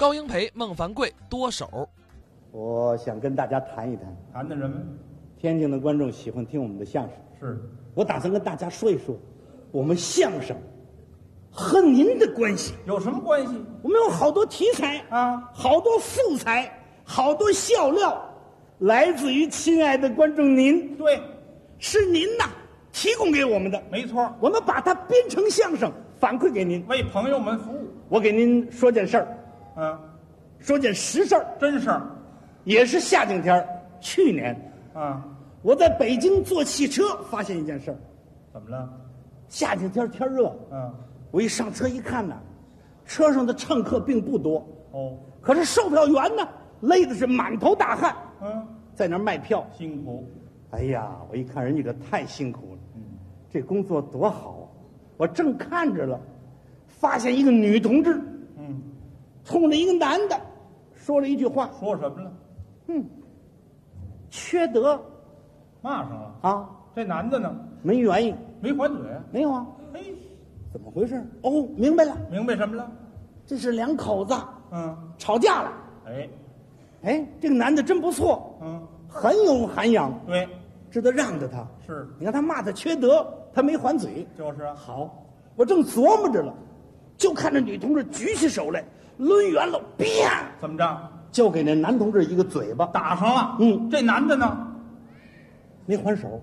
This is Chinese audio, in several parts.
高英培、孟凡贵多手，我想跟大家谈一谈，谈的人们天津的观众喜欢听我们的相声，是我打算跟大家说一说，我们相声和您的关系。有什么关系我们有好多题材啊好多素材，好多笑料，来自于亲爱的观众您，对，是您呐提供给我们的，没错，我们把它编成相声反馈给您。为朋友们服务，我给您说件事儿，嗯、说件实事儿，真事儿，也是夏景天儿去年啊、我在北京坐汽车，发现一件事儿：怎么了？夏天天儿天儿热，嗯、我一上车一看呐，车上的乘客并不多，哦，可是售票员呢，累的是满头大汗，嗯、在那儿卖票。辛苦，哎呀，我一看人家这太辛苦了，嗯，这工作多好啊！我正看着了，发现一个女同志嗯，冲着一个男的说了一句话说什么了？：“缺德骂上了。啊，这男的呢，没原因，没还嘴，没有啊，嘿，怎么回事？哦，明白了，明白什么了？这是两口子嗯，吵架了。”哎，哎，这个男的真不错，嗯，很有涵养，对，值得让着他。是，你看他骂他缺德，他没还嘴。就是啊，好，我正琢磨着了，就看着女同志举起手来，抡圆了，啪，怎么着？就给那男同志一个嘴巴，打上了。嗯，这男的呢，没还手，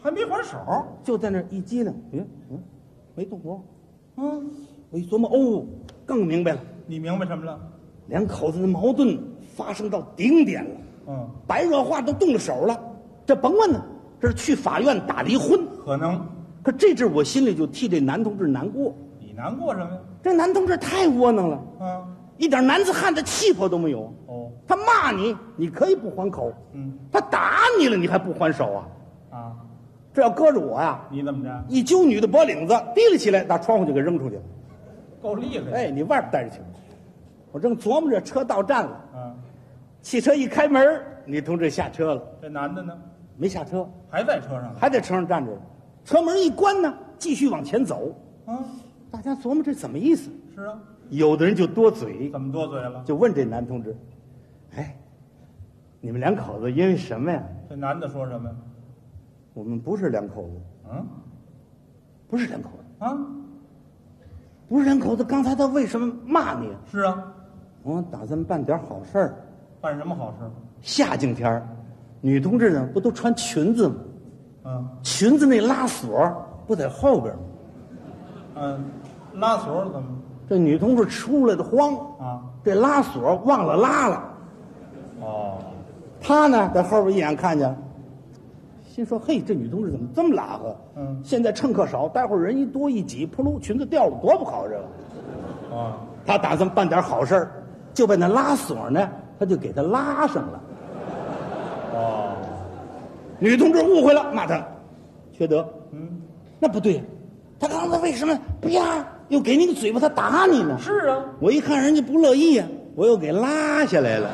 还没还手。就在那儿一激灵，嗯嗯，没动手。嗯，我一琢磨，哦，更明白了，你明白什么了？两口子的矛盾发生到顶点了，嗯，白热化都动了手了，这甭问了，这是去法院打离婚。可能。可这阵儿我心里就替这男同志难过，你难过什么呀？这男同志太窝囊了，嗯，一点男子汉的气魄都没有。哦，他骂你，你可以不还口；嗯，他打你了，你还不还手啊？啊，这要搁着我呀、你怎么着？一揪女的脖领子，提了起来，打窗户就给扔出去了。够厉害的。哎，你外边待着去。我正琢磨着，车到站了，嗯，汽车一开门，女同志下车了，这男的呢，没下车，还在车上呢。还在车上站着。车门一关呢，继续往前走。嗯，大家琢磨这怎么意思？是啊，有的人就多嘴，怎么多嘴了？就问这男同志：“哎，你们两口子因为什么呀？这男的说什么呀？我们不是两口子，嗯，不是两口子，啊，不是两口子。刚才他为什么骂你？是啊，我打算办点好事儿。办什么好事？夏景天儿，女同志呢不都穿裙子吗？嗯裙子那拉锁不在后边吗？嗯，拉锁怎么？这女同志出来的慌，啊，这拉锁忘了拉了。哦，他呢在后边一眼看见，心说：嘿，这女同志怎么这么拉和？嗯现在乘客少，待会儿人一多一挤，扑噜裙子掉了，多不好这个。啊，他打算办点好事儿，就把那拉锁呢，他就给他拉上了。哦，女同志误会了，骂他缺德，嗯，那不对呀、他刚才为什么啪又给你个嘴巴，他打你呢？是啊，我一看人家不乐意呀、我又给拉下来了。